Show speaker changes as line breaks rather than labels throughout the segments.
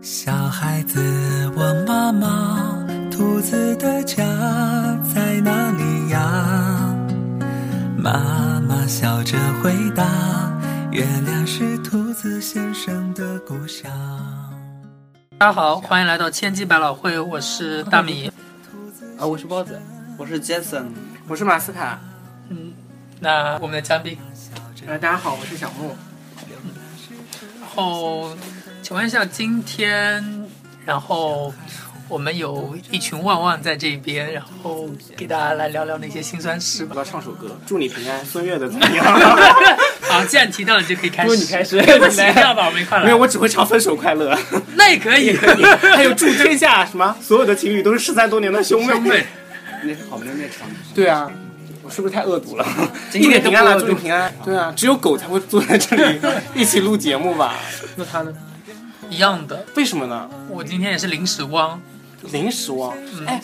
小孩子问妈妈：“兔子的家在哪里呀？”妈妈笑着回答：“月亮是兔子先生的故乡。
大家好，欢迎来到千机百老汇，我是 大米。
啊，我是包子，
我是 Jason，
我是马斯卡。
嗯，那我们的嘉宾，
呃，大家好，我是小木。
然后请问一下，今天然后我们有一群旺旺在这边，然后给大家来聊聊那些辛酸事
要
吧
不。要唱首歌？祝你平安， 孙悦的怎么样？
好，既然提到了，就可以开
祝
始。
你 开始，
我起一下吧，我们一块来。
没有，我只会唱《分手快 乐》，
那也可以，
还有祝天下什么，所有的情侣都是失散多年的兄
兄妹。
那是好朋友那场，
对啊，我是不是太恶毒了？
今
一
天
点平安了，祝
祝
你
你
平
平
安。
安。
对啊，只有狗才会坐在这 里一起录节目吧？那他呢？
一样的。
为什么呢？
我今天也是临时汪，
临时忘。
嗯
哎，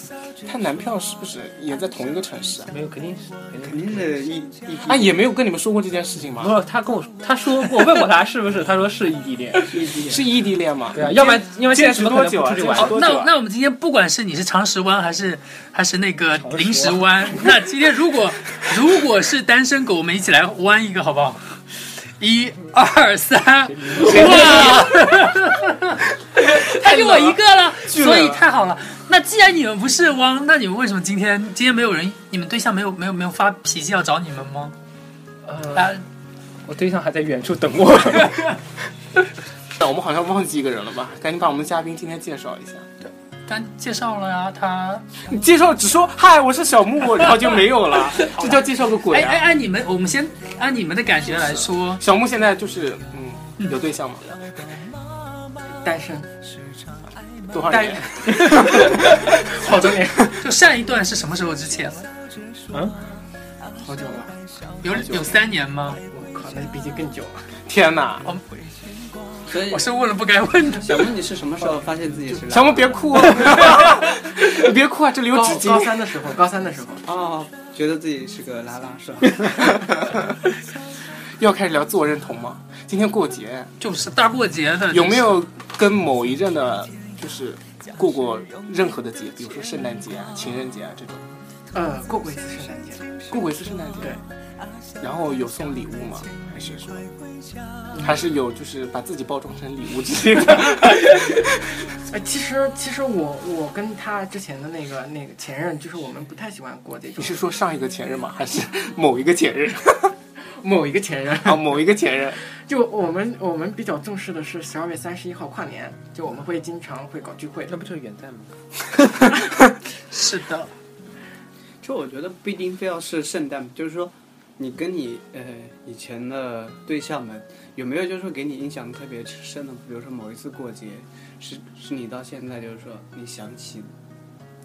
她男票是不是也在同一个城市啊？
没有，肯定是肯定。
肯定是异异
啊，也没有跟你们说过这件事情
不
吗？
是哦他跟我说，他说我问过他是不是，他说是异地恋。
异地，
是异地恋吗？
对啊，要不然因为现在怎么可能不出去
坚持多久啊
玩？
哦
多，
那
久啊
那我们今天不管是你是常识湾还是还是那个临时湾，那今天如果如果是单身狗，我们一起来弯一个好不好？一二三，哇！他给我一个了，所以太好了。那既然你们不是汪，那你们为什么今天今天没有人？你们对象没有没有没有发脾气要找你们吗？
呃
啊，
我对象还在远处等我。
那我们好像忘记一个人了吧？赶紧把我们嘉宾今天介绍一下。
刚介绍了呀，他
你介绍只说嗨，我是小 木，然后就没有了，这叫介绍个鬼
哎
啊！
哎，按你们，我们先按你们的感觉来说，
小木现在就是嗯，有对象吗？
单身
多少年？
好多年，
就上一段是什么时候之前了？
好久了，
有有三年吗？哦
我 靠，那比这更久了。
天哪！
所以
我是问了不该问的。
小木，你是什么时候发现自己是
小
蓝？
木别哭， 你别哭啊，这里有纸巾。
的时候，高三的时候，
哦，觉得自己是个拉拉是吧？
要开始聊自我认同吗？今天过节，
就是大过节的，
有没？有跟某一任的，就是过过任何的节，比如说圣诞节、啊、情人节啊这种？
呃，过过一次圣诞节，
过过一次圣诞节，对。然后有送礼物吗？还是说，嗯还是有就是把自己包装成礼物之类的？
哎，其实其实我我跟他之前的那个那个前任，就是我们不太喜欢过这
你
种
是说上一个前任吗？还是某一个前任？
某一个前任，
啊，某一个前任。
就我们我们比较重视的是十二月三十一号跨年，就我们会经常会搞聚会
那。不就是元旦吗？
是的，
就我觉得不一定非要是圣诞，就是说你跟你呃以前的对象们有没有就是说给你印象特别深的，比如说某一次过节，是是你到现在就是说你想起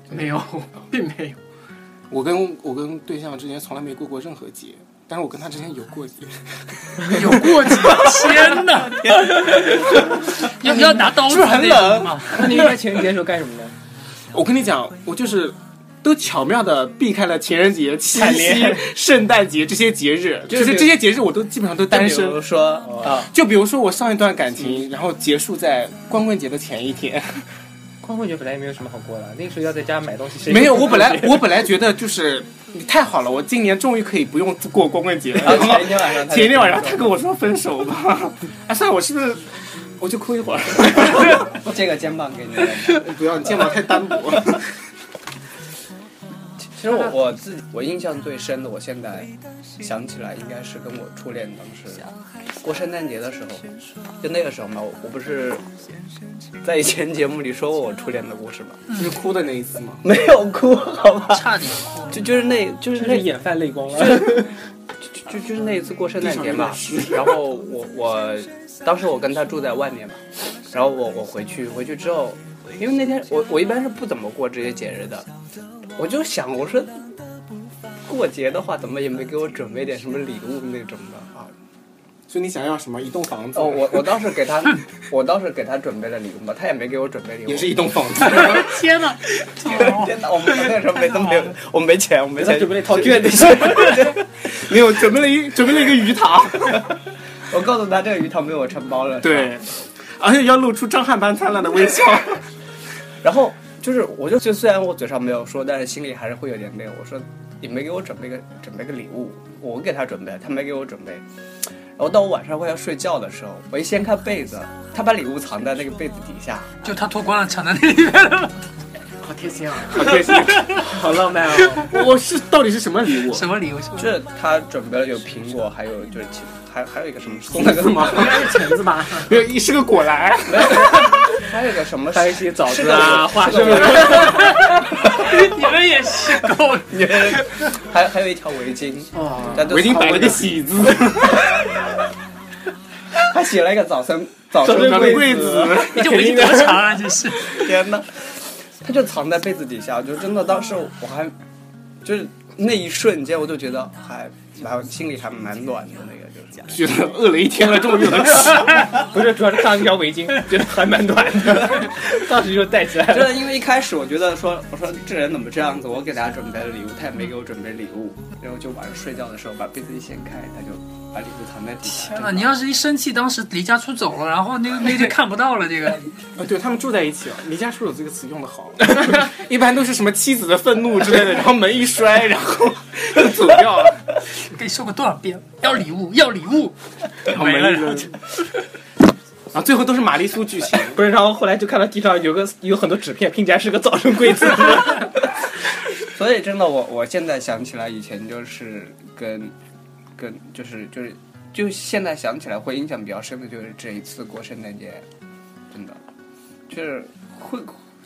没有，并没有。
我跟我跟对象之间从来没过过任何节，但是我跟他之间有过节。
有过节，天哪！要要拿刀子
是不是很
那种
冷
吗？
那 你在情人节的时候干什么呢？
我跟你讲，我就是都巧妙的避开了情人节、七夕、圣诞节这些节日，
就
就是是这些节日我都基本上都单
就比如
身。
说啊，
就比如说我上一段感情，然后结束在光棍节的前一天。
光棍节本来也没有什么好过的，那个时候要在家买东西，谁
没 有，我本来我本来觉得就是你太好了，我今年终于可以不用过光棍节了。
然后前一天晚上他就
啊 前一天晚上他跟我说分手吧，哎，算了， 我是不是我就哭一会儿？
这个肩膀给你的。
不要，你肩膀太单薄。
其实我我自己我印象最深的，我现在想起来应该是跟我初恋当时过圣诞节的时候，就那个时候嘛，我我不是在以前节目里说过我初恋的故事吗？
就是哭的那一次吗？
没有哭，好吧？
差点哭。
就就是那就是
真
那
是眼泛泪光啊了。
就就是那一次过圣诞节嘛，
嗯
然后我我当时我跟他住在外面嘛，然后我我回去回去之后，因为那天我我一般是不怎么过这些节日的，我就想我说过节的话怎么也没给我准备点什么礼物那种的啊。
所以你想要什么？一栋房子？
哦，我我倒是给他，我倒是给他准备了礼物嘛，他也没给我准备礼物。
也是一栋房 子。
天哪！
天哪，我们那时候没都没有，我没钱，我没
他
钱
准备了一套卷子，
没有，准备了一准备了一个鱼塘。
我告诉他这个鱼塘被我承包了。
对，而且要露出张汉般灿烂的微 笑。
然后就是，我就就虽然我嘴上没有说，但是心里还是会有点那个。我说你没给我准备个准备个礼物，我给他准备，他没给我准备。然后到我晚上快要睡觉的时候，我一掀开被子，他把礼物藏在那个被子底下。
就他脱光了藏在那里面了，
好贴心啊！
好 贴心，
好浪漫哦！
我是到底是什么礼物？
什么礼物？什么礼物
就是他准备了有苹果，还有就是其还还有一个什么送了个 什么，
应该是橙 子吧？
没有，一是个果篮，
还有一个什么
番茄枣子啊，花生啊，
你们也是狗，
还还有一条围巾，啊
哦，
但 都
我已经
藏
摆了
我
个
的
喜 字，
还写了一个早生早
早
生
生贵
贵
子，
你这围巾多长啊？这是
天呐，他就藏在被子底下，就真的当时我还就是那一瞬间，我就觉得还蛮心里还蛮暖的那个，就
觉
是
得饿了一天了，终于有的吃。
不是，主要是看到那条围巾，觉得还蛮暖的，当时就戴起来
真
了。
的，因为一开始我觉得说，我说这人怎么这样子？我给他准备了礼物，他也没给我准备礼物，然后就晚上睡觉的时候把被子一掀开，他就把礼物藏在底下。
天哪！你要是一生气，当时离家出走了，然后那个那就看不到了。这个
啊，对他们住在一起哦，离家出走这个词用的好， 一般都是什么妻子的愤怒之类的，然后门一摔，然后 就走掉了，
跟你说过多少遍了？要礼物，要礼物，
然后
没
门
了
一扔， 然后最后都是玛丽苏剧情，
不是，然后后来就看到地上有个有很多纸片，拼起来是个早 生贵子。
所以真的，我我现在想起来，以前就是跟跟就是就是就现在想起来会印象比较深的就是这一次过圣诞节，真的就是会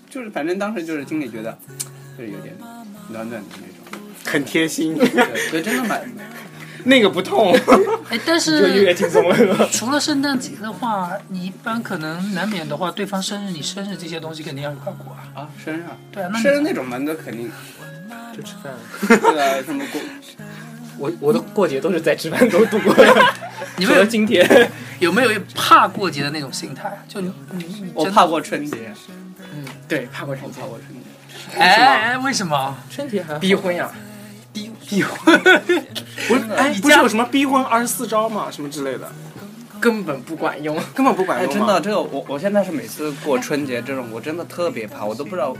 就是反正当时就是心里觉得就是有点暖暖的那种，
很贴心，
对，对真的蛮
那个不痛，
哎，但
就越越
是
轻松了。
嗯哎
除了圣诞节的话，你一般可能难免的话，对方生日、你生日这些东西肯定要一块过啊。
啊生日啊，
对啊，那
生日
你
那种嘛，那肯定
就吃饭，
对啊，什么过
我我的过节都是在吃饭中度过的，
你
除了
们
今天。
有有没有怕过节的那种心态？啊就你 你你
我
真
怕过春节，
嗯， 对，怕过
我
春节
怕，过春节，
哎哎，为什么？
春节还好
逼婚呀，
逼逼婚？
不是，哎，不是有什么逼婚二十四招吗？什么之类的，
根本不管用。
根本不管
哎
用
真
嘛
的，这个我我现在是每次过春节这种，我真的特别怕，我都不知道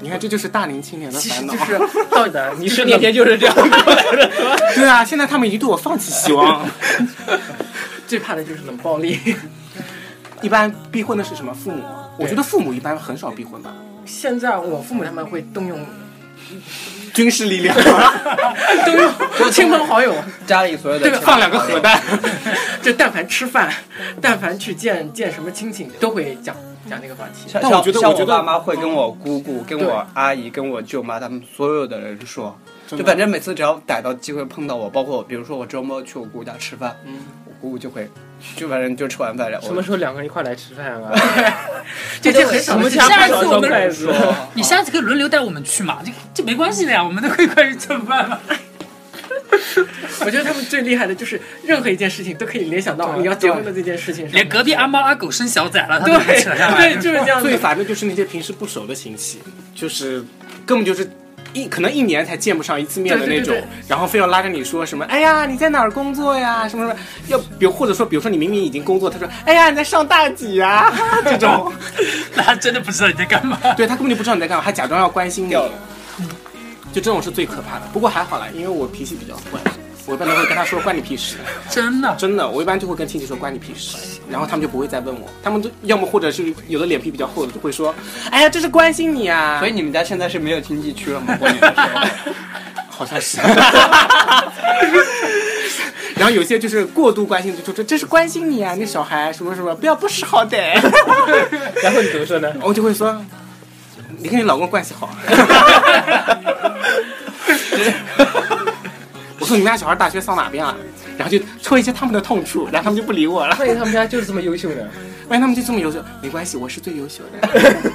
你看这就是大龄青年的
其
烦
实
恼
就。是
到的，你十年前就是这样过来的。
对啊，现在他们已经对我放弃希望。
最怕的就是冷暴力。
一般逼婚的是什么？父母？我觉得父母一般很少逼婚吧。
现在我父母他们会动用
军事力量，
动用亲朋好友，
家里所有的亲戚
放两个核弹。
就但凡吃饭，但凡去见见什么亲戚，都会讲讲那个话题。
像
但我觉得
像
我觉
我
得
爸妈会跟我姑姑、跟我阿姨、跟我舅妈他们所有的人说，就反正每次只要逮到机会碰到我，包括我，比如说我周末去我姑家吃饭，
嗯
我姑姑就会，就反正就吃完饭然后
什么时候两个人一块来吃饭 啊？
这件很
什
少
么
的
家
下
不
一次
少
我
双
们
筷子？
啊
你下次可以轮流带我们去嘛，这这没关系的呀，我们都可以快去蹭饭 了。
我觉得他们最厉害的就是任何一件事情都可以联想到你要结婚的这件事情上。
连隔壁阿猫阿狗生小崽了，他都
对
能扯下来。
对，就是这样
最
子。
烦的就是那些平时不熟的亲戚，就是根本就是一可能一年才见不上一次面的那种，
对对对
然后非要拉着你说什么，哎呀你在哪儿工作呀，什么什么，要比如或者说比如说你明明已经工作，他说，哎呀你在上大几呀、 这种，
那他真的不知道你在干 嘛。
对他根本就不知道你在干嘛，还假装要关心你
掉了，
就这种是最可怕的。不过还好啦，因为我脾气比较坏。我一般都会跟他说关你屁事，
真的，
真的，我一般就会跟亲戚说关你屁事，然后他们就不会再问我，他们都要么或者是有的脸皮比较厚的就会说，哎呀这是关心你啊，
所以你们家现在是没有亲戚去了吗？过年的时候，
好像 是。然后有些就是过度关心，就说这是关心你啊，那小孩什么什么，不要不识 好歹。
然后你怎么说呢？
我就会说，你跟你老公关系好。我说你们家小孩大学上哪边啊？然后就戳一些他们的痛处，然后他们就不理我了。
万一他们家就是这么优秀呢？
万一他们就这么优秀，没关系，我是最优秀的。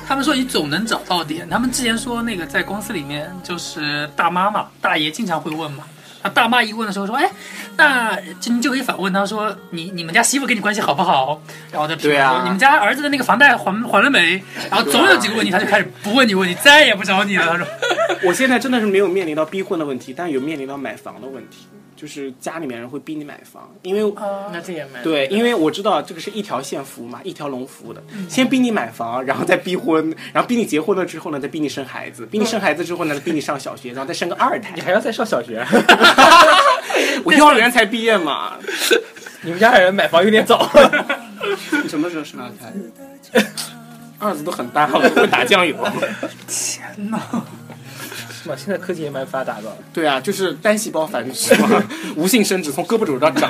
他们说你总能找到点。他们之前说那个在公司里面，就是大妈嘛，大爷经常会问嘛。啊，大妈一问的时候说，哎，那就你就可以反问他说，你你们家媳妇跟你关系好不好？然后再评论
对啊
说你们家儿子的那个房贷还还了没？然后总有几个问题，他就开始不问你问题，再也不找你了。他说，
我现在真的是没有面临到逼婚的问题，但有面临到买房的问题。就是家里面人会逼你买房，因为
哦
那这也没
对，因为我知道这个是一条线服务嘛，一条龙服务的，
嗯
先逼你买房，然后再逼婚，然后逼你结婚了之后呢，再逼你生孩子，逼你生孩子之后呢，再逼你上小学，然后再生个二胎
你。还要再上小学？
我幼儿园才毕业嘛，
你们家人买房有点早。
你什么时候生二胎？ 二子都很大了，会打酱油。
是吧？现在科技也蛮发达的。
对啊，就是单细胞繁殖嘛，无性生殖从胳膊肘上长，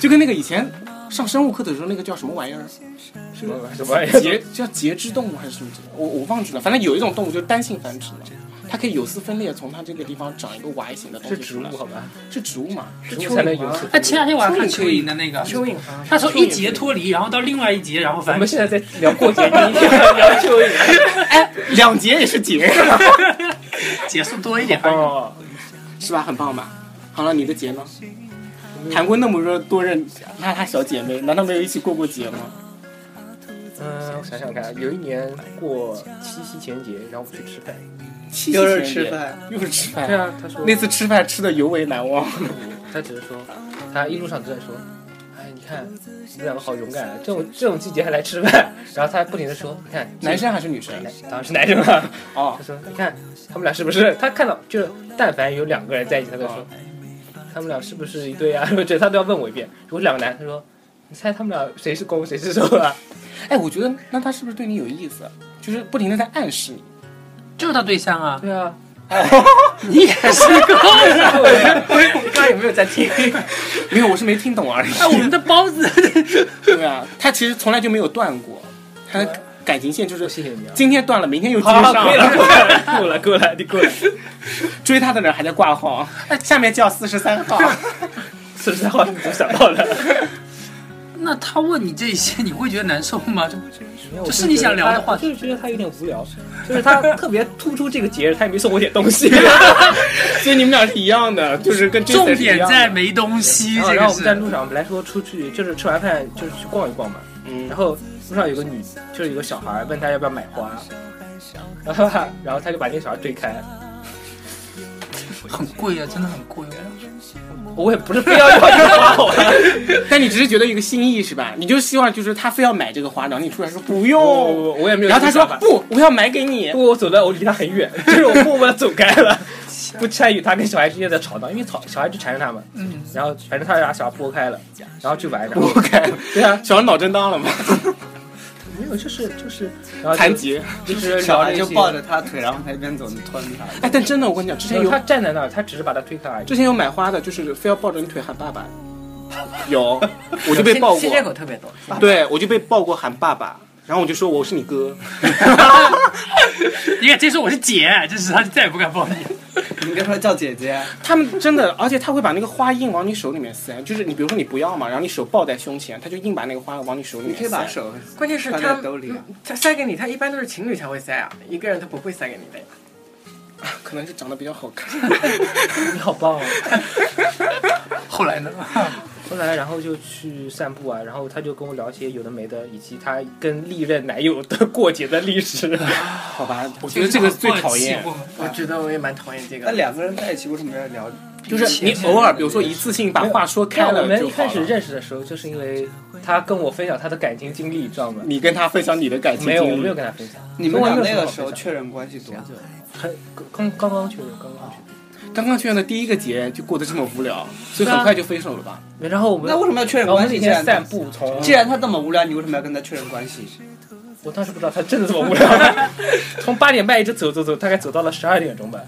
就跟那个以前上生物课的时候那个叫什么玩意儿，
什么什么玩意儿？
节叫节肢动物还是什么之类的，我我忘记了，反正有一种动物就是单性繁殖嘛，它可以有丝分裂，从它这个地方长一个 Y 型的东
是
西
植
出
物
来，
好吧？
是植物嘛？
植物才能有
蚯蚓吗
此。
哎，前两天我还看蚯蚓的那个，
蚯蚓啊，
它从一节脱离，然后到另外一节，然后
我
反
们
正
现在在聊过节，你一定要聊蚯蚓。
两节也是节，
结束多一点。
哦，
是吧？很棒吧？好了，你的节呢？谈过那么多多任，那她小姐妹，难道没有一起过过节吗？
嗯，我想想看，有一年过七夕情人节，然后我去吃饭。
又
又是吃，饭，
又是吃
对
饭。
啊，他说
那次吃饭吃的尤为难忘。
他只是说，他一路上都在说，哎，你看你们两个好勇敢，啊，这种这种季节还来吃饭。然后他还不停的说，你看
男生还是女生？
男当然是男生了。
哦
他，说：“你看他们俩是不是？他看到就是，但凡有两个人在一起，他就说他们俩是不是一对啊？ 或者他都要问我一遍。如果两个男，他说你猜他们俩谁是攻谁是受啊？
哎，我觉得那他是不是对你有意思？啊就是不停的在暗示你。
就是他对象
嗯
啊，
对啊，
你也是啊哎个。
不知道有没有在听？
没有，我是没听懂而已。
哎，我们的包子，
对啊，他其实从来就没有断过，他的感情线就
啊我
是
谢谢你啊。”
今天断了，明天又接
好了，
上
可以了，够了，够了，你够了。
追他的人还在挂 号，下面叫四十三号。
四十三号是你怎么想到的？
那他问你这些，你会觉得难受吗？就
我
是你想聊的话
我就是觉得他有点无聊，就是他特别突出这个节日，他也没送我点 东西。
所以 你们俩是一样的，就是跟 Jason
重
是一
点
样的
在没东西，
然后，
这
然
个
后我们在
是。
路上，本来说出去就是吃完饭就是去逛一逛嘛。
嗯
然，后路上有个女，就是有个小孩问他要不要买花， 然后他然后他就把那个小孩推开，
很贵啊，真的很贵、
我也不是非要要这个花，
但你只是觉得一个心意是吧？你就希望就是他非要买这个花，然后你出来说不用，
我我也没有
然后他
这个
说
想法。
不，我要买给你
不。过我走的，我离他很 远，就是我默默的走开了，不参与他跟小孩之间的吵闹，因为吵小孩就缠着他嘛。
嗯，
然后反正他把小孩拨开了，然后就玩，然后
不开，
对啊，
小脑震荡了吗？
没有，就是 就是，然
啊
后
残
就
疾。
就是
小
聊
孩
这
就
些
抱着他腿，然后他一边走，你拖着他。
哎，但真的，我跟你讲，之前
没有
有
他站在那儿，他只是把他推开而已。
之前有买花的，就是非要抱着你腿喊爸爸， 有，我就被抱
吸这
过，
口特别多，
对我就被抱过喊爸爸，然后我就说我是你哥，
你敢接受我是姐，真是他就再也不敢抱你。
你跟他叫姐姐，
他们真的，而且他会把那个花硬往你手里面塞，就是你比如说你不要嘛，然后你手抱在胸前，他就硬把那个花往你手里
你
面塞，
可以把手
关键是
揣
他嗯
在兜里啊。
他塞给你，他一般都是情侣才会塞啊，一个人他不会塞给你的。
可能是长得比较好看。
你 好棒啊！
后来 呢？
后来，然后就去散步啊，然后他就跟我聊一些有的没的，以及他跟历任男友的过节的 历史。
好吧，我觉得这个最讨厌，
我觉得我也蛮讨厌这
那
个。
两个人在一起为什么要聊？
就是你偶尔比如说一次性把话说开
我
了
们
就
一
好
开始
了。
认识的时候，就是因为他跟我分享他的感情经历，你知道吗？
你跟他分享你的感情
没有，我
经
没有
历，
跟他分享。
你们
我
俩
也没有
那
什么
个
好
时候
分享
确认关系多久？
很刚刚刚确认，刚刚确认。
刚刚去的第一个节就过得这么无聊，所以很快就分手了吧？哦
没然后我们
啊那为什么要确认
然后我
关
们那
系？既
天
然
散
他
步从，
既然他这么无聊，你为什么要跟他确认关系？
啊
我当时不知道他真的这么无聊，从八点半一直走走走，大概走到了十二点钟吧，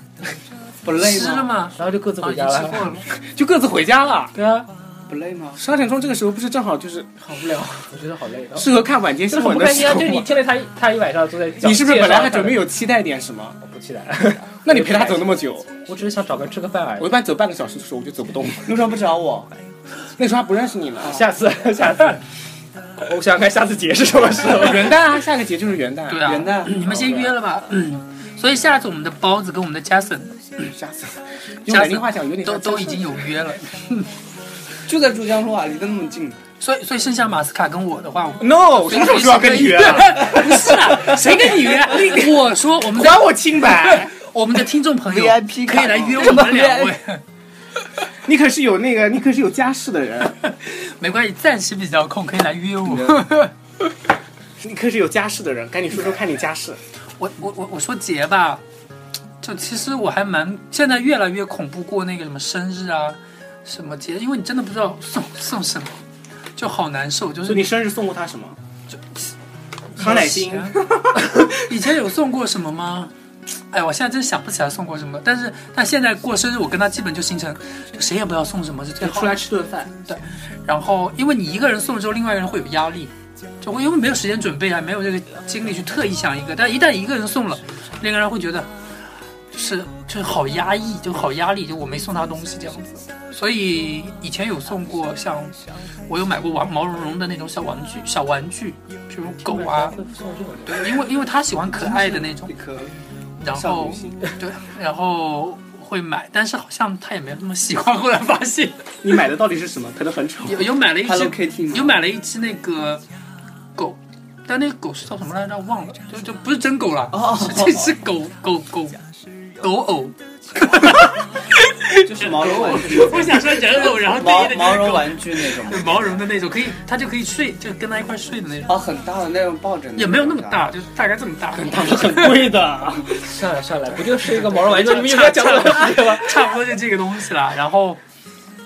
不累
吃了
吗？
吗？
然后就各自
啊，
回
已
家
经吃
了。
过了吗？
就各自回家了。
对啊，
不累吗？
十二点钟这个时候不是正好就是
好无聊，我觉得好累。然后
适合看晚间
就
新
是很
闻
不
的
开心
时
啊！
候
就你
吗？
听了他一他一晚上都在讲，
你是不是本来还准备
有
有期待点什么？
不期待？
那你陪他走那么久，
我只是想找个人吃个饭而
我
已
一。般走半个小时的时候我就走不 动了。
路上不找我，哦
那时候还不认识你呢。
下次，下次，我想想看下次节是什么时候。
元旦啊，下个节就是元旦。
对
元
啊，
旦
你们先约了吧。嗯，所以下次我们的包子跟我们的 Jason
下次用南京话讲有点像
都都已经有约了，
就在珠江路啊，离得那么近。
所以所以剩下马斯卡跟我的话，我
no，我什么 时候说要跟你约啊？
不是啊，谁跟你约？我说我们的
还我清白。
我们的听众朋友
VIP
可以来约我们两位，
你可是有那个，你可是有家室的人，
没关系，暂时比较空，可以来约我。
你可是有家室的人，赶紧说说看你家室。
我我我我说结吧，就其实我还蛮现在越来越恐怖过那个什么生日啊，什么节，因为你真的不知道送 送什么，就好难受。就是
所以你生日送过他什么？
以前
康乃馨
以前有送过什么吗？哎，我现在真想不起来送过什么，但是但现在过生日，我跟他基本就形成，就谁也不要送什么是最好
出
的
来。吃顿饭，
然后因为你一个人送了之后，另外一个人会有压力，就会因为没有时间准备啊，没有这个精力去特意想一个。但一旦一个人送了，另一个人会觉得就是就是好压抑，就好压力，就我没送他东西这样子。所以以前有送过像，我有买过玩毛茸茸的那种小玩具，小玩具，比如狗啊，对，因为因为他喜欢可爱的那种，然
少
后
女心。
对，然后会买，但是好像他也没有那么喜欢。后来发现，
你买的到底是什么？可能很丑。
有有买了一只
Hello Kitty 吗
有买了一只那个狗，但那个狗是叫什么来着？忘了，就就不是真狗啦，是这只狗狗狗狗偶。
就是毛绒玩具，
我想说人偶，然后 对
毛毛
应的就是
绒
狗，
玩具那种吗。
对毛绒的那种，可以它就可以睡，就跟它一块睡的那种，
哦，很大的那种啊抱枕，
也没有那么，大，就大概这么大，
很贵的，
上来上来，不就是一个毛绒 玩具？你们有没
差
有讲过？
差不多就这个东西啦。然后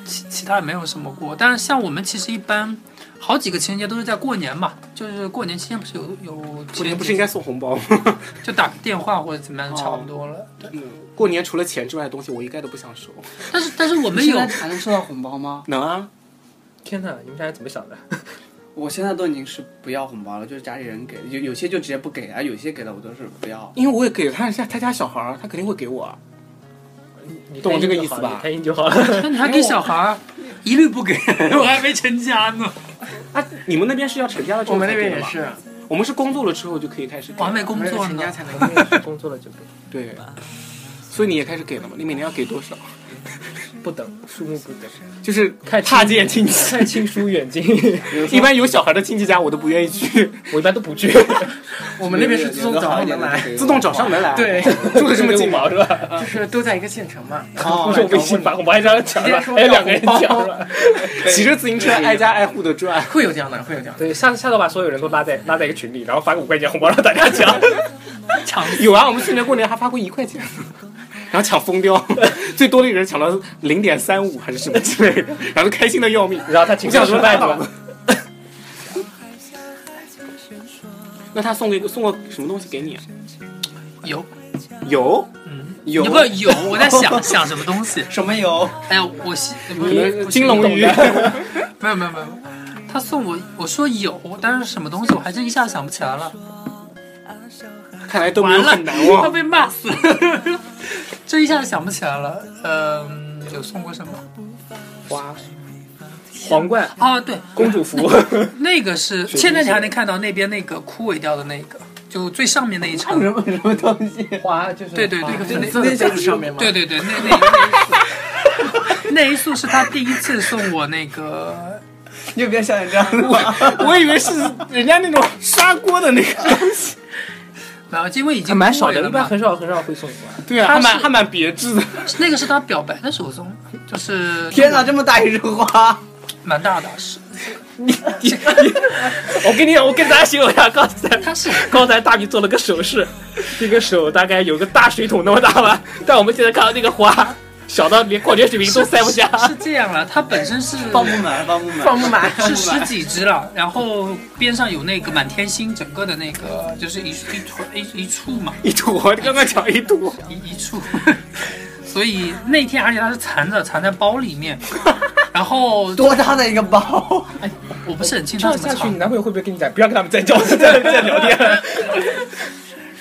其其他也没有什么过，但是像我们其实一般好几个情人节都是在过年嘛，就是过年期间不是有有
过
情
年
人
不
节
是应该送红包吗？
就打个电话或者怎么样，差不多了。对
过年除了钱之外的东西，我一概都不想收。
但是但是我们
现
有
在还能收到红包吗？
能啊，
天哪，你们家人怎么想的？
我现在都已经是不要红包了，就是家里人给，有有些就直接不给，啊，有些给了我都是不要。
因为我也给他家他家小孩儿，他肯定会给我啊。
你
懂
开
这
心
个
就
意思
好
吧
你开心就好了。
那你还给小孩儿一律不给， 我还没成家呢。
啊，你们那边是要成家了之
我
后
们
才
那
给
边
的
也
吗？
是，
我们是工作了之后就可以开始给
我还没工作
人家
呢，
才能
我也是工作了就不
对，所以你也开始给了吗？你每年要给多少？
不等，数目不等，
就是
看
踏见亲戚，
看亲疏远 近，
一般有小孩的亲戚家我都不愿意去，
我一般都不 去。
我们那边是自动找上门来，
自
自动找上门来。，啊
对，
住的这么近
毛是吧？
就是都在一个县城 嘛。
不是我微信把红包一张抢了，还有两个人抢了。
骑着自行车挨家挨户的转。
会有这样的，会有这样的。
对，下次下次把所有人都拉在拉在一个群里，然后发个五块钱红包让大家抢。
抢
有啊，我们去年过年还发过一块钱，然后抢疯掉，最多的一个人抢到零点三五还是什么之类的，然后开心的要命。
然后他请客吃饭去 了，
那他送给送个什么东西给你啊？
油，
有
有不有？我在 想想什么东西？
什么油？
哎呀，我心不
呃
你
是
们金龙鱼，
没有没有没有，他送我，我说有，但是什么东西我还真一下想不起来了。
看来都没
完
有
了
很难，哦
要
忘。
被骂死了。 这一下想不起来了，嗯、有送过什么？
花、皇冠、
啊，对，
公主服，
那个是现在你还能看到那边那个枯萎掉的那个，就最上面那一层。
么什么东西？
花就是
对对对，
花
对那
这在上面吗？
对对对，那那那一束， 那一束是他第一次送我那个，
你有必要像你这样的吗？
我以为是人家那种砂锅的那个 东西。
没有，因为已经
蛮
枯
少
萎
的，
了
一般
嘛。
很少很少会送花。
对啊，还
他
蛮
是
还蛮别致的。
那个是他表白的时候送的，就是
天哪，这么大一束花！
蛮大的，是
我跟你讲，我跟大家形容一下，刚才
他是
刚才大米做了个手势，这个手大概有个大水桶那么大吧，但我们现在看到那个花，小到连矿泉水瓶都塞不下。
是是这样了，它本身是
放不满，放不满，
放不满
是十几只了，然后边上有那个满天星，整个的那个就是一一坨一一处嘛，
一坨， 刚刚讲一坨，
一一处，所以那天而且它是藏着藏在包 里面，然后哎
多大的一个包？
我不是很清楚它
这样
怎么
下去，
藏
你，男朋友会不会跟你讲，不要跟他们 再交际，在在聊天？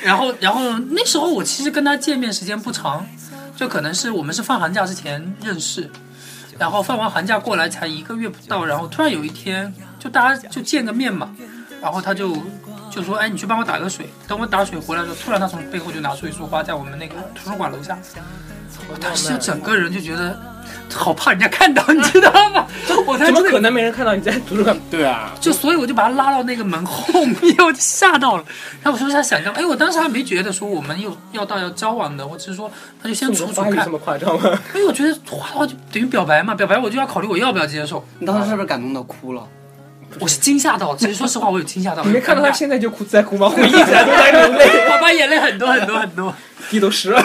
然后然后那时候我其实跟他见面时间不长，就可能是我们是放寒假之前认识，然后放完寒假过来才一个月不到，然后突然有一天就大家就见个面嘛，然后他就就说：“哎，你去帮我打个水。”等我打水回来的时候，突然他从背后就拿出一束花，在我们那个图书馆楼下，
哦
我当时就整个人就觉得好怕人家看到，你知道 吗？我才
怎么
知道
可能没人看到你在图书馆？
对啊，
就所以我就把他拉到那个门后面， 我就吓到了。然后我说他想干嘛？哎，我当时还没觉得说我们有要到要交往的，我只是说他就先
你
处
们
处
花语
看
这。么夸 张吗？
因为我觉得花花就等于表白嘛，表白我就要考虑我要不要接受。
你当时是不是感动到哭了？
我是惊吓到，其实说实话我有惊吓到。
你没看到他
尴尬
现在就哭在哭吗？回忆起来都在流 泪，
我把眼泪很多很多很多。
地都湿了。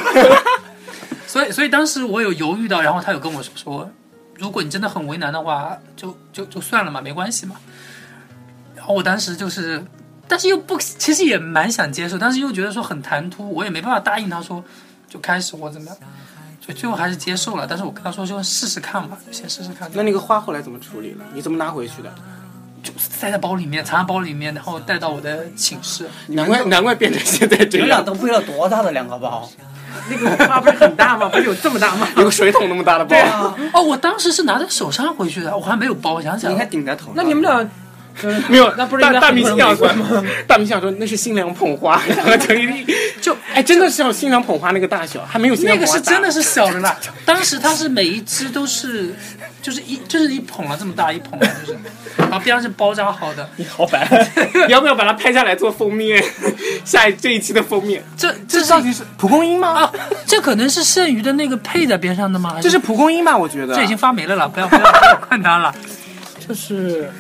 所以所以当时我有犹豫到，然后他有跟我说，如果你真的很为难的话，就就就算了嘛，没关系嘛。然后我当时就是，但是又不，其实也蛮想接受，但是又觉得说很唐突，我也没办法答应他说就开始或怎么样，所以最后还是接受了。但是我跟他说就试试看吧，就先试试看。
那那个花后来怎么处理了？你怎么拿回去的？
就塞在包里面，藏在包里面，然后带到我的寝室。
难怪难怪变成现在
你
这
们俩
样，
都不知道多大的两个包，
那个花不是很大吗？不是有这么大吗？
有个水桶那么大的包。
哦，我当时是拿在手上回去的，我还没有包，我想想
你，还顶在头上。
那你们俩就是
没有，
那不是应该
大大
很
明
多
星
人
想
围
说
观吗？
大明星想说那是新娘捧花， 然后就一就哎，真的是像新娘捧花那个大小，还没有新
那
娘
个
捧花
是真的
大
是小的啦，当时它是每一只都是，就是一就是一捧了这么大一捧了，啊就是，然后边上是包扎好的，
你好烦，
你 要不要把它拍下来做封面？ 下一这一期的封面，
这这是
到底是蒲公英吗？
啊，这可能是剩余的那个配在边上的吗？还
这是蒲公英吧？我觉得
这已经发霉了啦，不要不要不要看它了。
就是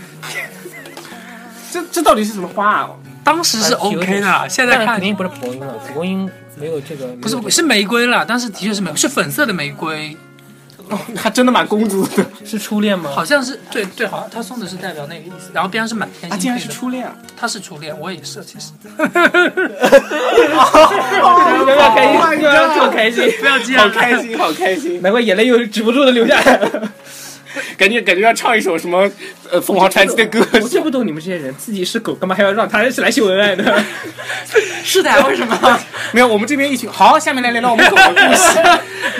这这到底是什么花啊？
当时是 OK 的啦，现在
呃但
看
肯定不是蒲公英了，蒲公英没有这个，
不是
没有
是玫瑰啦，当时的确是玫瑰，是粉色的玫瑰，
哦， 还真的蛮公主的，
这个是初恋吗？
好像是对对，好像他送的是代表那个意思，然后边上是满天
啊，
星
竟然
配
是
的
初恋啊！
他是初恋，我也是，其实
不要开
Oh
好
心，不要这么开心，
不要这
好
样，
开心，好开心，
难怪眼泪又止不住的流下来了。
感觉感觉要唱一首什么呃凤凰传奇的歌。
我最不懂你们这些人，自己是狗，干嘛还要让他来秀恩爱 呢？
是的，为什么？
没有，我们这边一群好，下面来聊聊我们狗的故 事。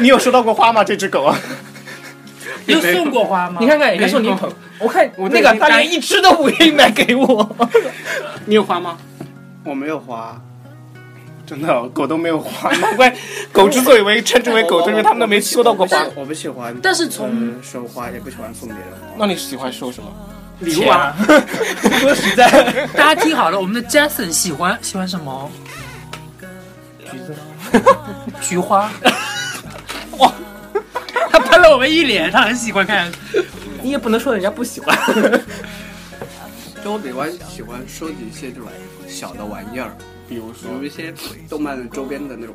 你有收到过花吗？这只狗啊，
你有送过花吗？
你看看，人家送你捧，我看
我
那
对
个
你
他
单
连一只都不愿意买给我。
你有花吗？
我没有花，
真的、狗都没有花，难怪 狗之所以为称之为狗，就是因为他们都没收到过花
我。不喜。我不喜欢，
但是从
呃收花也不喜欢送别人花。
那你喜欢收什么？
礼物啊， 说实在，
大家听好了，我们的 Jason 喜欢喜欢什么？菊子，菊花。 哇，他喷了我们一脸，他很喜欢看。
你也不能说人家不喜欢。
就我比较喜欢收集一些这种小的玩意儿，
比如
比如一些动漫的周边的那种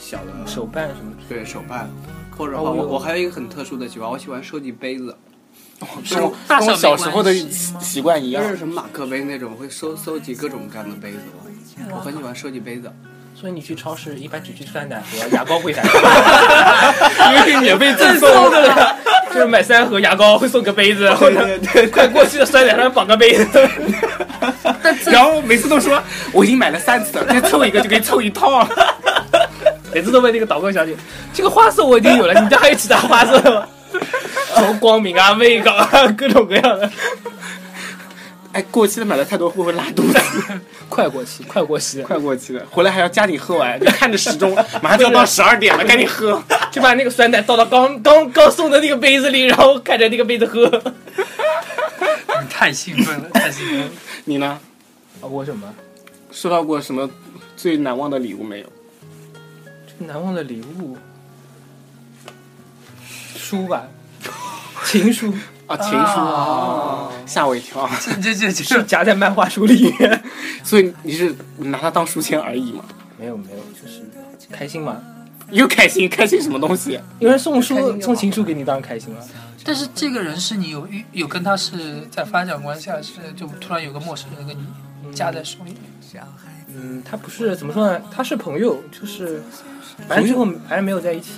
小的
手办什么的，
对手办，或者
哦
我
我有
我还有一个很特殊的喜欢，我喜欢收集杯子，
跟我跟我小时候的习习惯一
就
样。
是什么马克杯那种，会收搜集各种各样的杯子。我很喜欢收集杯子，
所以你去超市一般只去酸奶和牙膏会啥？
因为免费赠送。
送的，就是买三盒牙膏会送个杯子， 或者
嗯
快过期的酸奶上绑个杯子。
然后每次都说我已经买了三次了，再凑一个就可以凑一套了。
每次都问那个导购小姐：“这个花色我已经有了，你这还有其他花色吗？”从光明啊、味道啊，各种各样的，
哎，过期的买的太多会不会拉肚子？
快过期，快过期，
快过期的，回来还要加紧喝 完，就看着时钟，马上就要到十二点了，赶紧喝。
就把那个酸奶倒到刚刚刚送的那个杯子里，然后看着那个杯子喝。
你太兴奋了， 太兴奋了。
你呢？啊
我什么？
收到过什么最难忘的礼物没有？
难忘的礼物，书吧，情 书
啊，情书啊，吓我一跳。
这这这
是
这，
夹在漫画书里面。
所以你是拿它当书签而已嘛？
没有没有，就是开心嘛。
又开心，开心什么东西？
有人送书送情书给你，当然开心了。
但是这个人是你有遇有跟他是在发展关系，还是就突然有个陌生人跟你夹在手里？
嗯，他不是怎么说呢？他是朋友，就是反正最后还是没有在一起，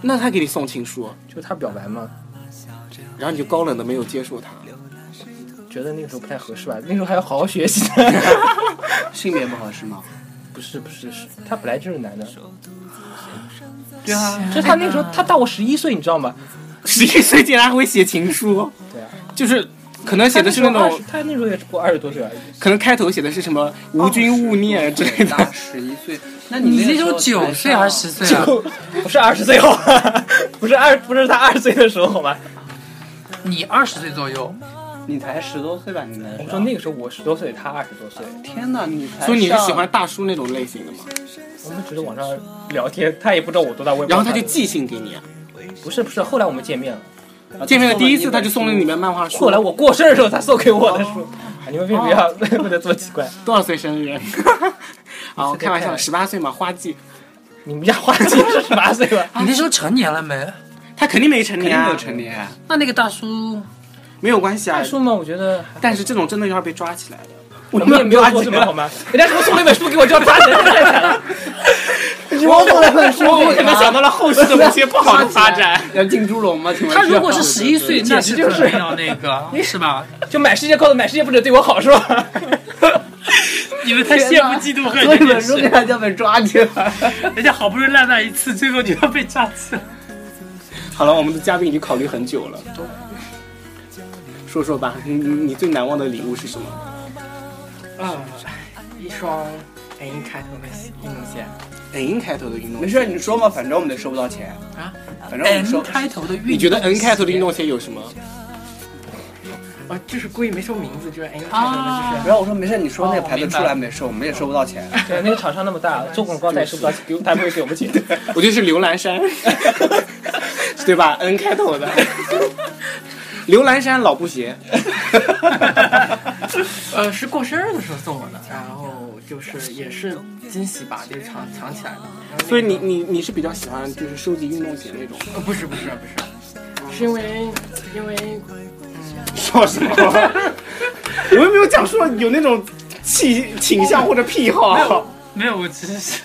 那他给你送情书，
就是他表白嘛，
然后你就高冷的没有接受他。
觉得那个时候不太合适吧，那时候还要好好学习。
性别不合适 吗？
不是不是，是他本来就是男 的，
对啊，
就是他那个时候他大我十一岁，你知道吗？
十一岁竟然还会写情书，
对啊，
就是可能写的是那
他时候
种
20，他那时候也只不过二十多岁而已。
可能开头写的是哦什么“无君勿念”啊之类的。
大十一岁，那你
你
那
那
时
时候
候
九岁还是十岁啊？
不是二十岁好吗？ 不是二，不是他二十岁的时候好吗？
你二十岁左右，
你才十多岁吧？你那时
我
候
们说那个时候我十多岁，他二十多岁，
天哪，你才
所以你是
上
喜欢大叔那种类型的吗？
我们只是网上聊天，他也不知道我多大，我也不知
然
道
后他就寄信给你啊，
不是不是，后来我们见面了，
见面的第一次他就送了你们漫画书。
后来我过生日的时候他送给我的书。啊你们为什么要 问的这么奇怪？
多少岁生日？ 啊，我开玩笑，十八岁嘛，花季，
你们家花季是十八岁吧？
你那时候成年了没？
他肯定没成
肯
年
定没
啊
有，成年啊，
那那个大叔，
没有关系啊
大。叔嘛，我觉得还
但是这种真的要被抓 起来的，
我们也没有做什么好吗？人家是不是送了一本书给我，叫他人太惨了。
我送了本书
哦我可 能想到了后世的某些不好的发 展。
要进猪笼吗？请问
他如果是十一岁，那
简
是
直就
肯
是
定要那 个，是吧？
就满世界高的满世界不准对我好是吧？
你们太羡慕嫉妒恨
送
了
一
真
本
的
书
是，
给他，叫被抓起来。
人家好不容易烂漫一次，最后就要被炸起来。
好了，我们的嘉宾已经考虑很久了，说说吧，你你你最难忘的礼物是什么？
啊，一双 N 哎开头的运动鞋，
N 开头的运动
没
鞋，
事，你说嘛，反正我们也收不到钱
啊。
反正我们
N
收，
哎开头的
你
运
觉得 N 开头的运动鞋有什么？
啊，就是故意没说名字，就是 N 开头的，就是
啊，
然后我说没事，你说那个牌
哦
子
明白
出来没事，我们也收不到钱。
对，那个厂商那么大，做广告他也收不到， 给他不会给我们钱。
我觉得是刘兰 山，对吧？N 开头 的，刘兰山老布鞋，
呃，是过生日的时候送我的，然后就是也是惊喜吧，就是藏藏起来的。然后
所以你你你是比较喜欢就是收集运动鞋那种吗？
呃不是不是不是，是因为因为
说什么？ 我又没有讲说有那种倾倾向 或者癖好。
没有，我只是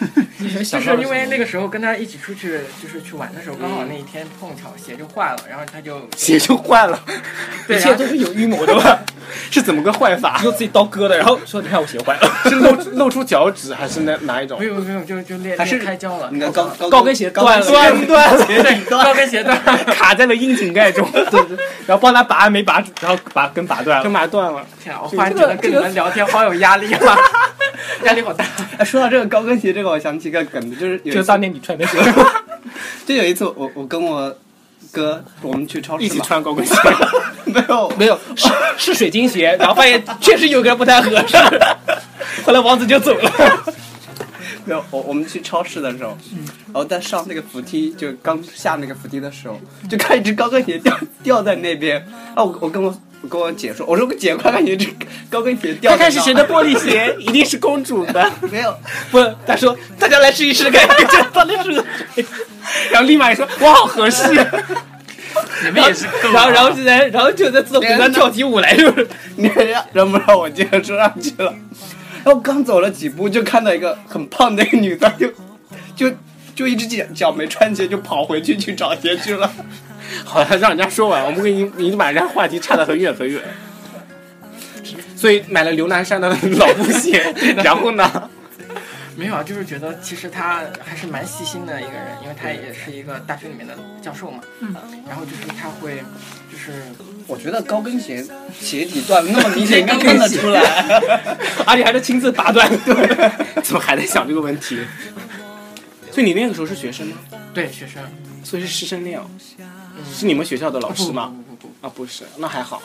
就是因为那个时候跟他一起出去就是去玩的时候，刚好那一天碰巧鞋就坏了，然后他就
鞋就坏 了，
对，
一
然
切
后
啊都是有预谋的吧？
是怎么个坏法？
用自己刀割的，然后说你看我鞋坏了，
是露出露出脚趾还是哪哪一种
没？有没有就就裂
还是
裂开胶了，
你的高
高跟鞋断了，
端端
高跟鞋断了，
卡在了窨井盖中，对对，
然后帮他拔没拔住，然后拔跟拔
干
断了。
嘛断了？
天啊！我忽然觉得跟你们聊天好有压力啊， 压力好大。
哎，说到这个高跟鞋，这个我想起一个梗，就是有
就是
一
当
次，
年你穿的鞋，
就有一次我我跟我哥我们去超市
一起
嘛，
穿高跟鞋，
没有
没有是是水晶鞋，然后发现确实有个人不太合适，后来王子就走了。
没有，我我们去超市的时候，
嗯
然后在上那个扶梯，就刚下那个扶梯的时候，就看一只高跟鞋掉掉在那边。啊，我我跟我我跟我姐说，我说姐，快看你这高跟鞋掉
看
在那儿。
看是谁的玻璃鞋，一定是公主的。
没有，
不，他说大家来试一试看， 这到底是。
然后立马也说：“我好合适。
你们也是够
然后，然后
了。
现在，然后就在自动给他跳起舞来，是不是？
你让让不让我接着说上去了？然后刚走了几步，就看到一个很胖的一个女的，就就就一只脚脚没穿鞋，就跑回去去找鞋去了。”
好了，让人家说完，我们跟你你把人家话题岔得很远很远。所以买了刘南山的老布 鞋，然后 呢？
没有啊，就是觉得其实他还是蛮细心的一个人，因为他也是一个大学里面的教授嘛。嗯。然后就是他会，就是
我觉得高跟鞋鞋底断了那么 明显，应该看得出来。
而且还是亲自拔断。
怎么还在想这个问题？所以你那个时候是学生吗？
对学生，
所以是师生恋哦，
嗯，
是你们学校的老
不
师
不
吗？
不不不，
啊，不是，那还好，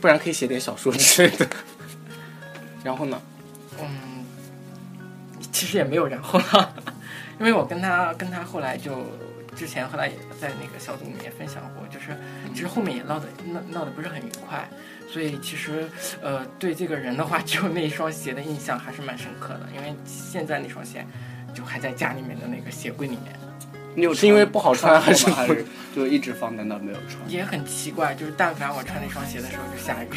不然可以写点小说之类的。 然后呢？
嗯，其实也没有然后了， 因为我跟他跟他后来就之前后来也在那个小组里面分享过，就是其实后面也闹得闹闹得不是很愉快，所以其实呃对这个人的话， 就那一双鞋的印象还是蛮深刻的，因为现在那双鞋就还在家里面的那个鞋柜里面，
你有
是因为不好穿 还
还
是
还是就一直放在那儿没有穿？
也很奇怪，就是但凡我穿那双鞋的时候就下雨，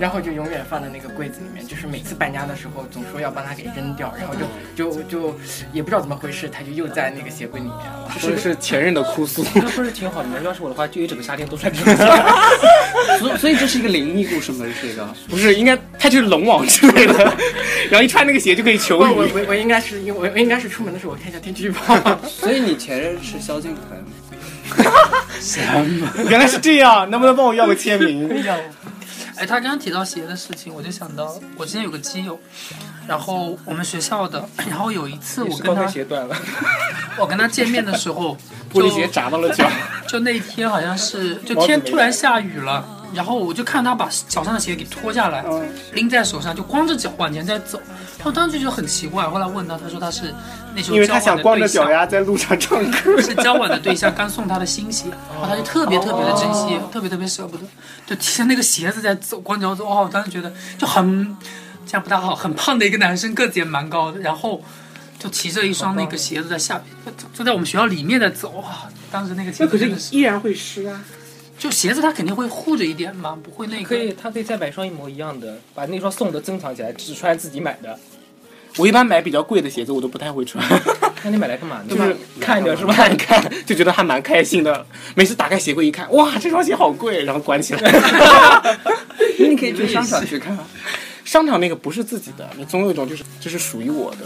然后就永远放在那个柜子里面，就是每次搬家的时候总说要帮他给扔掉，然后
嗯
就就就也不知道怎么回事，他就又在那个鞋柜里面了。
这是前任的哭诉。
那不是挺好的吗？要是我的话，就一整个夏天都穿这种鞋。
所以所以这是一个灵异故事吗？这是一个
不是，应该他就是龙王之类的，然后一穿那个鞋就可以求
我我
雨。
我我应该是因为我我应该是出门的时候我看一下天气预报，
所以你前任是萧敬腾，
原来是这样，能不能帮我要个签 名？
哎，他刚刚提到鞋的事情，我就想到我之前有个基友，然后我们学校的，然后有一次我
是
跟
高跟
他
鞋断了，
我跟他见面的时候，
玻
就
璃鞋砸到了 脚，
就那天好像是就
毛子
天
没
突然下雨了，然后我就看他把脚上的鞋给脱下来，
嗯
拎在手上就光着脚往前在走，然后当时就觉得很奇怪，后来问他，他说他是那时候
因为
交
他
往
想
的
光着
对
脚
象。
呀在路上唱歌。
是交往的对象刚送他的新鞋，然
哦
后他就特别特别的珍惜，特别特别舍不得，就提着那个鞋子在走光脚走。哦，我当时觉得就很这样不太好，很胖的一个男生，个子也蛮高的，然后就骑着一双那个鞋子在下边，就就在我们学校里面在走啊。当时那个
那
情
可
景
是
真的是，
依然会湿啊！
就鞋子他肯定会护着一点嘛，不会那个。
可以，他可以再买一双一模一样的，把那双送的珍藏起来，只穿自己买的。
我一般买比较贵的鞋子，我都不太会 穿，
那你买来干嘛呢？
就是
看着是吧？
看一 看就觉得还蛮开心的。每次打开鞋柜一看，哇，这双鞋好贵，然后关起来。
你可以去商场去看。啊
商场那个不是自己的，你总有一种就是就是属于我的，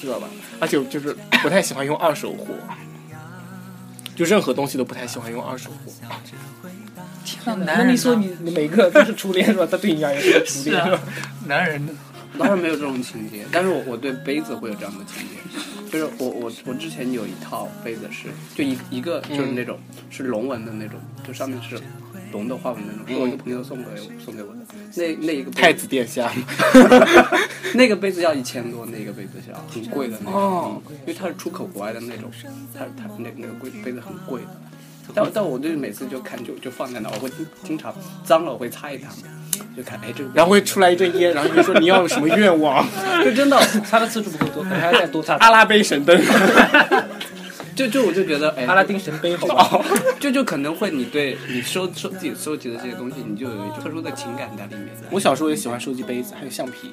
知道吧？而且我就是不太喜欢用二手货，就任何东西都不太喜欢用二手货。
天哪，男
那
人
你
呢
说你你每个都是初恋是吧？他对你而言是个初
是
恋
啊
是吧？，
男人呢
当然没有这种情节，但是我我对杯子会有这样的情节，就是我我我之前有一套杯子是就一一个就是那种、
嗯
是龙纹的那种，就上面是龙的花纹那种，
嗯
是我一个朋友送给我送给我的，那那一个杯
太
子
子殿下，
那个杯子要一千多，那个杯子是要挺贵的那种，
哦
嗯因为它是出口国外的那种，它它那那个贵杯子很贵的。但但我对每次就看就就放在那，我会经经常脏了我会擦一擦，就看哎这个，
然后会出来一阵烟，然后就说你要有什么愿 望？
啊
就真的
擦的次数不够多，可能还要再多擦。
阿拉杯 神灯，
就就我就觉得哎
阿拉丁神杯好不好？
就就可能会你对你收收自己收集的这些东西，你就有一种特殊的情感在里面。
我小时候也喜欢收集杯子，还有橡皮。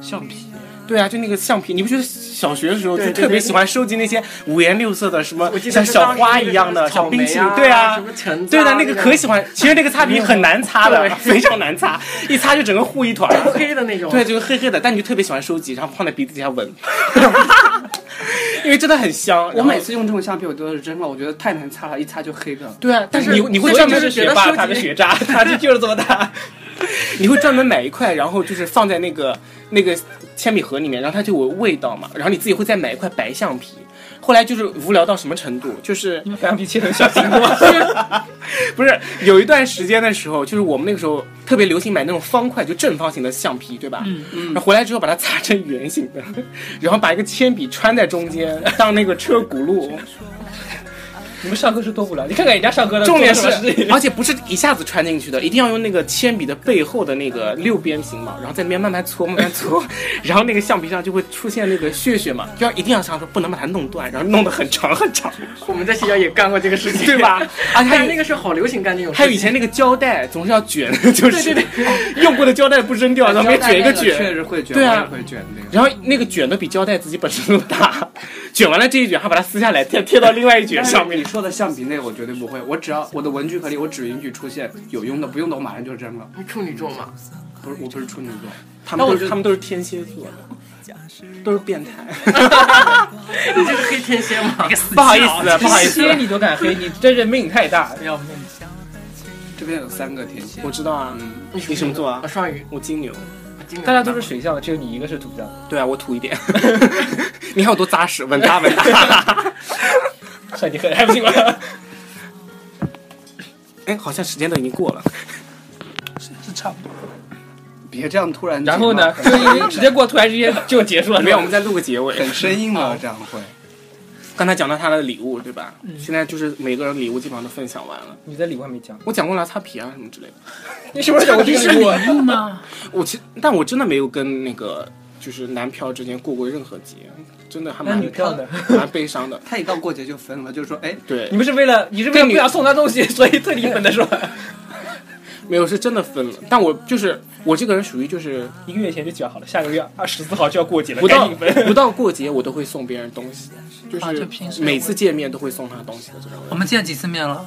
橡皮，
对啊，就那个橡皮，你不觉得小学的时候就
对对
特别喜欢收集那些五颜六色的什么
我记得
像
是
小
当时
花
那个
一样的
什
小
么
冰淇
草
淋？
莓啊
对啊
什么，橙子啊
对的，那个
那个
可喜 欢。其实那个擦皮很难擦的，非常难擦，一擦就整个糊一团。
黑的那种，
对，就是黑黑的，但你就特别喜欢收集，然后放在鼻子底下闻，因为真的很香。
我
然后
每次用这种橡皮我都是扔了，我觉得太难擦了，一擦就黑了。
对啊，但是你你会
所以
专
就
门
是
学
学霸，
霸，
他
他的
的学
学
渣，他 就就是这么大。
你会专门买一块，然后就是放在那个那个铅笔盒里面，然后它就有味道嘛。然后你自己会再买一块白橡皮。后来就是无聊到什么程度，就是
你们白羊皮切成小苹 果，
不是有一段时间的时候，就是我们那个时候特别流行买那种方块，就正方形的橡皮，对吧？嗯嗯。然后回来之后把它擦成圆形的，然后把一个铅笔穿在中间当那个车轱辘。
你们上课是多无聊？你看看人家上课的
重点是
做什么事，情
而且不是一下子穿进去的，一定要用那个铅笔的背后的那个六边形嘛，然后在那边慢慢搓，慢慢搓，然后那个橡皮上就会出现那个屑屑嘛，就要一定要想说不能把它弄断，然后弄得很长很长，
我们在学校也干过这个事情，
对 吧？而且还
但那
有。
个时候好流行干这种事情，
还有以前那个胶带总是要卷， 就是用过的胶带不扔
啊
掉，然后每卷一个
确
卷，
实会卷，
对啊
我也会卷那个。
然后那个卷的比胶带自己本身都大，卷完了这一卷还把它撕下来贴贴到另外一卷
但是
上面
你。说的橡皮那个我绝对不会，我只要我的文具盒里我只允许出现有用的，不用的我马上就扔了。
你处女座嘛，
不是，我不是处女座，
他
那
们
我
都
就是
他们都是天蝎座的，都是变态。
你这是黑天蝎嘛？
不好意
啊
思，不好意思，
天你都敢黑，你这人命太 大。
要命！
这边有三个天蝎嗯
我，知道啊，
你
你什么座啊
我双鱼，
我金牛。
金牛
大家都是水象，只有你一个是土象。
对啊，我土一 点。你看我多扎实，稳扎稳打。
算你狠，还不行吗？
哎，好像时间都已经过 了。
是差不多。
别这样突然。
然后 呢，就是因为直接过突然之间就结束了。
没有，我们再录个结尾
很。生硬嘛，这样 会。
刚才讲到他的礼物，对吧？现在就是每个人礼物基本上都分享完了。
你的礼物还没讲，
我讲过了，擦皮啊什么之类的。
你什么时候讲过礼物？
礼物吗？
我其但我真的没有跟那个就是男票之间过过任何节，真的还
那
蛮
女票呢？
蛮悲伤的。
他一到过节就分了，就说哎，
对
你，们是为了你是为了不想送他东西，所以特地分 的是吧？
没有是真的分了。但我就是我这个人属于就是
一个月前就讲好了，下个月二十四号就要过节了，
不
赶
到
紧分。
不到过节我都会送别人东西，就
啊就平
是
时
每次见面都会送他东西的这种人。
我们见几次面了？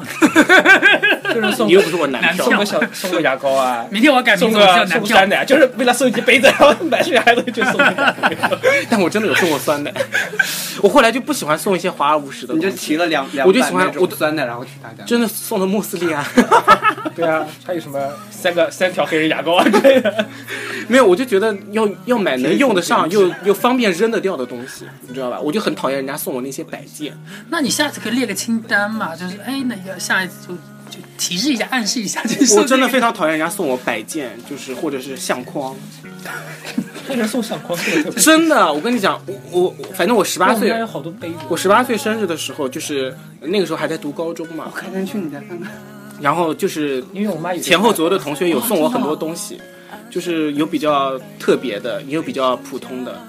就是送
你又不是我男
男
票
票
送个 小送个牙膏啊，
明天我要改名
送
字，我叫
个
男
送
票
酸。奶，就是为了收集杯子，然后买这孩子就送一个。
但我真的有送过酸奶。我后来就不喜欢送一些华而不实的
你
东西，
就提了两两
我就
版
喜欢
那种
我就
酸奶，然后去他家。
真的送的穆斯林啊。
对啊，还有什么三个三条黑人牙膏啊之类的。
没有，我就觉得要要买能用得上又又方便扔得掉的东西，你知道吧？我就很讨厌人家送我那些摆件。
那你下次可以列个清单嘛，就是哎，那个下一次就就提示一下，暗示一下，就是
我真的非常讨厌人家送我摆件，就是或者是相框。
为什么送相框？这 个特别
真的，我跟你讲，我我反正我十八
我们
岁
家，有好多杯子。
我十八岁生日的时候，就是那个时候还在读高中嘛
我，开天去你家看看，
然后就是
因为我妈有
前后左右的同学有送我很多东西，就是有比较特别的，也有比较普通的。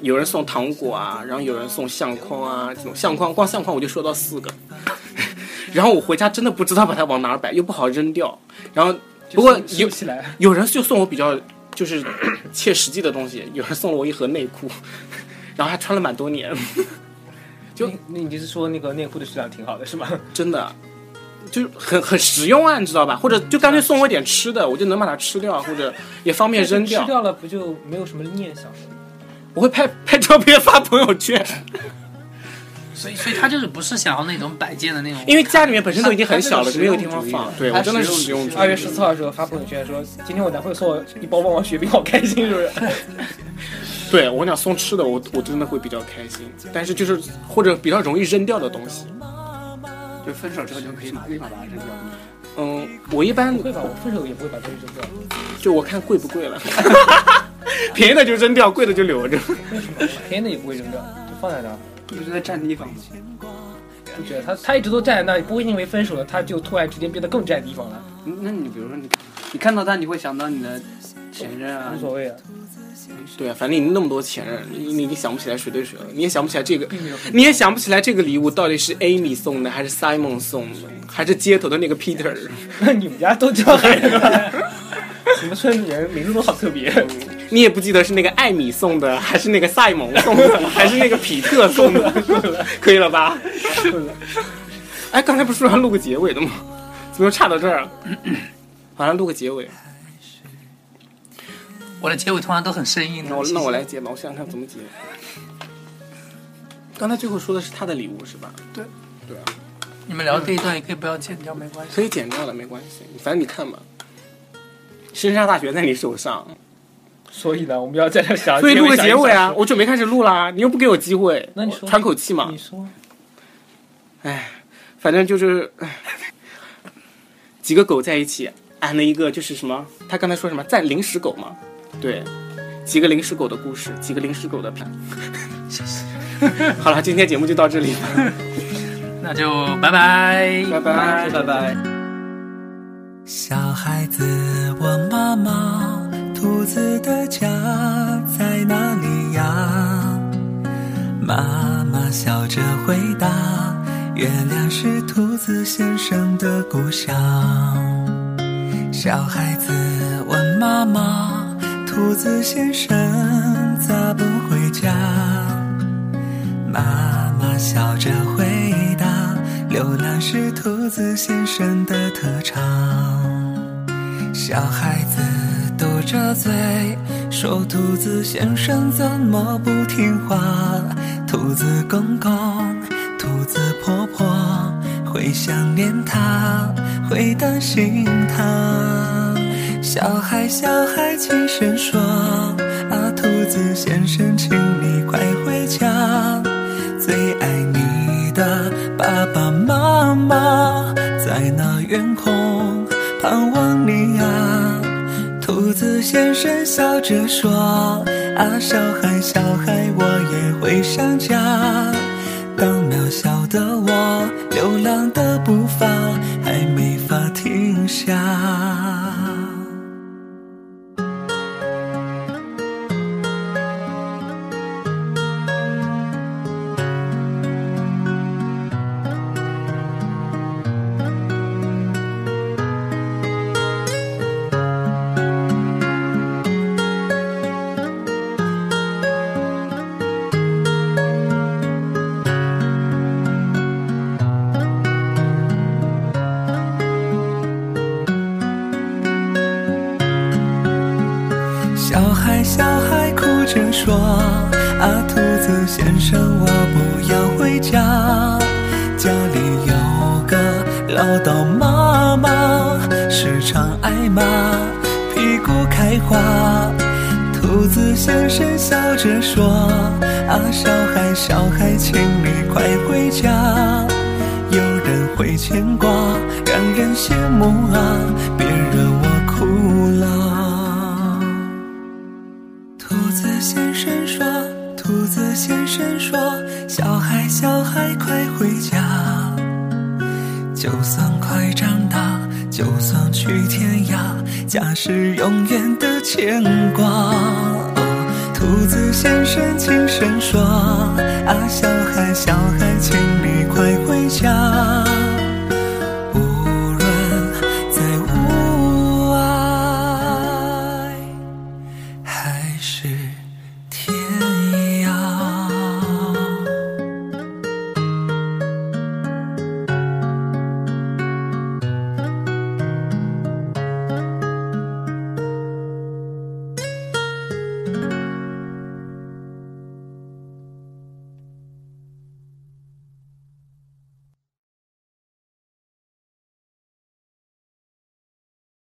有人送糖果啊，然后有人送相框啊，这种相框光相框我就收到四个， 然后我回家真的不知道把它往哪儿摆，又不好扔掉。然后不过
收
有
不起来，
有人就送我比较就是切实际的东西，有人送了我一盒内裤， 然后还穿了蛮多年，就
就那你就是说那个内裤的质量挺好的是吗？
真的就是很很实用啊，你知道吧？或者就干脆送我点吃的，我就能把它吃掉，或者也方便扔掉
吃。掉了不就没有什么念想了？
我会拍 拍照片发朋友圈，
所以所以他就是不是想要那种摆件的那种，
因为家里面本身都已经很小了，
他
就
他
没
是
有
个
地方放。
实
对
用主义
我真的
他
是
是
实用主义。
二月十四号的时候发朋友圈说，今天我男朋友送我一包旺旺雪冰，好开心，是不是？
对我跟你讲送吃的，我我真的会比较开心，但是就是或者比较容易扔掉的东西。
就分手之后就可以马立马把它扔掉。
嗯，我一般
不会吧？我分手也不会把东西扔掉，
就我看贵不贵了， 便宜的就扔掉，贵的就留着。
为什么？我便宜的也不会扔掉，就放在那儿。
你不是在占地方吗？
不觉得他他一直都站在那里，不会因为分手了他就突然之间变得更占地方了，
嗯那你比如说你，你看到他，你会想到你的前任啊
无，所谓了。
对啊，反正你那么多前任，你你已经想不起来谁对谁了，你也想不起来这个
没有，
你也想不起来这个礼物到底是 Amy 送的，还是 Simon 送的，还是街头的那个 Peter。
那你们家都叫孩子了？你们村里人名字都好特别，
你也不记得是那个艾米送的，还是那个赛蒙送的，还是那个皮特送的，可以了吧？ 哎，刚才不是说要录个结尾的吗？怎么又岔到这儿了？好像录个结尾，
我的结尾通常都很生硬的
那。我那我来结吧，我想想看怎么结。刚才最后说的是他的礼物是吧？
你们聊这一段也可以不要剪掉，没关系。
可以剪掉的，没关系，反正你看吧。深山大学在你手上，
所以呢，我们要在这想，
所以录个结尾啊！
想一想
我准备开始录啦，你又不给我机会，
那你说
喘口气嘛
你。说，
唉，反正就是唉几个狗在一起，安了一个就是什么，他刚才说什么赞零食狗嘛，对，几个零食狗的故事，几个零食狗 的盘。 好了，今天节目就到这里吧，
那就拜拜。
拜拜。
拜拜。
小孩子问妈妈：“兔子的家在哪里呀？”妈妈笑着回答：“月亮是兔子先生的故乡。”小孩子问妈妈：“兔子先生咋不回家？”妈妈笑着回答：“浏览是兔子先生的特长。”小孩子嘟着嘴说：“兔子先生怎么不听话？”兔子公公、兔子婆婆会想念他，会担心他。小孩，小孩，轻声说：“啊，兔子先生，请你快回家。”最爱你的爸爸妈妈在那远空盼望你啊！兔子先生笑着说：“啊，小孩，小孩，我也会想家。”当渺小的我流浪的步伐还没法停下。着说：“啊，兔子先生，我不要回家，家里有个唠叨妈妈，时常挨骂，屁股开花。”兔子先生笑着说：“啊，小孩，小孩，请你快回家。”有人会牵挂，让人羡慕啊！别惹我哭了。兔子先生说，兔子先生说，小孩小孩快回家。就算快长大，就算去天涯，家是永远的牵挂。哦兔子先生轻声说：“啊，小孩，小孩，请你快回家。”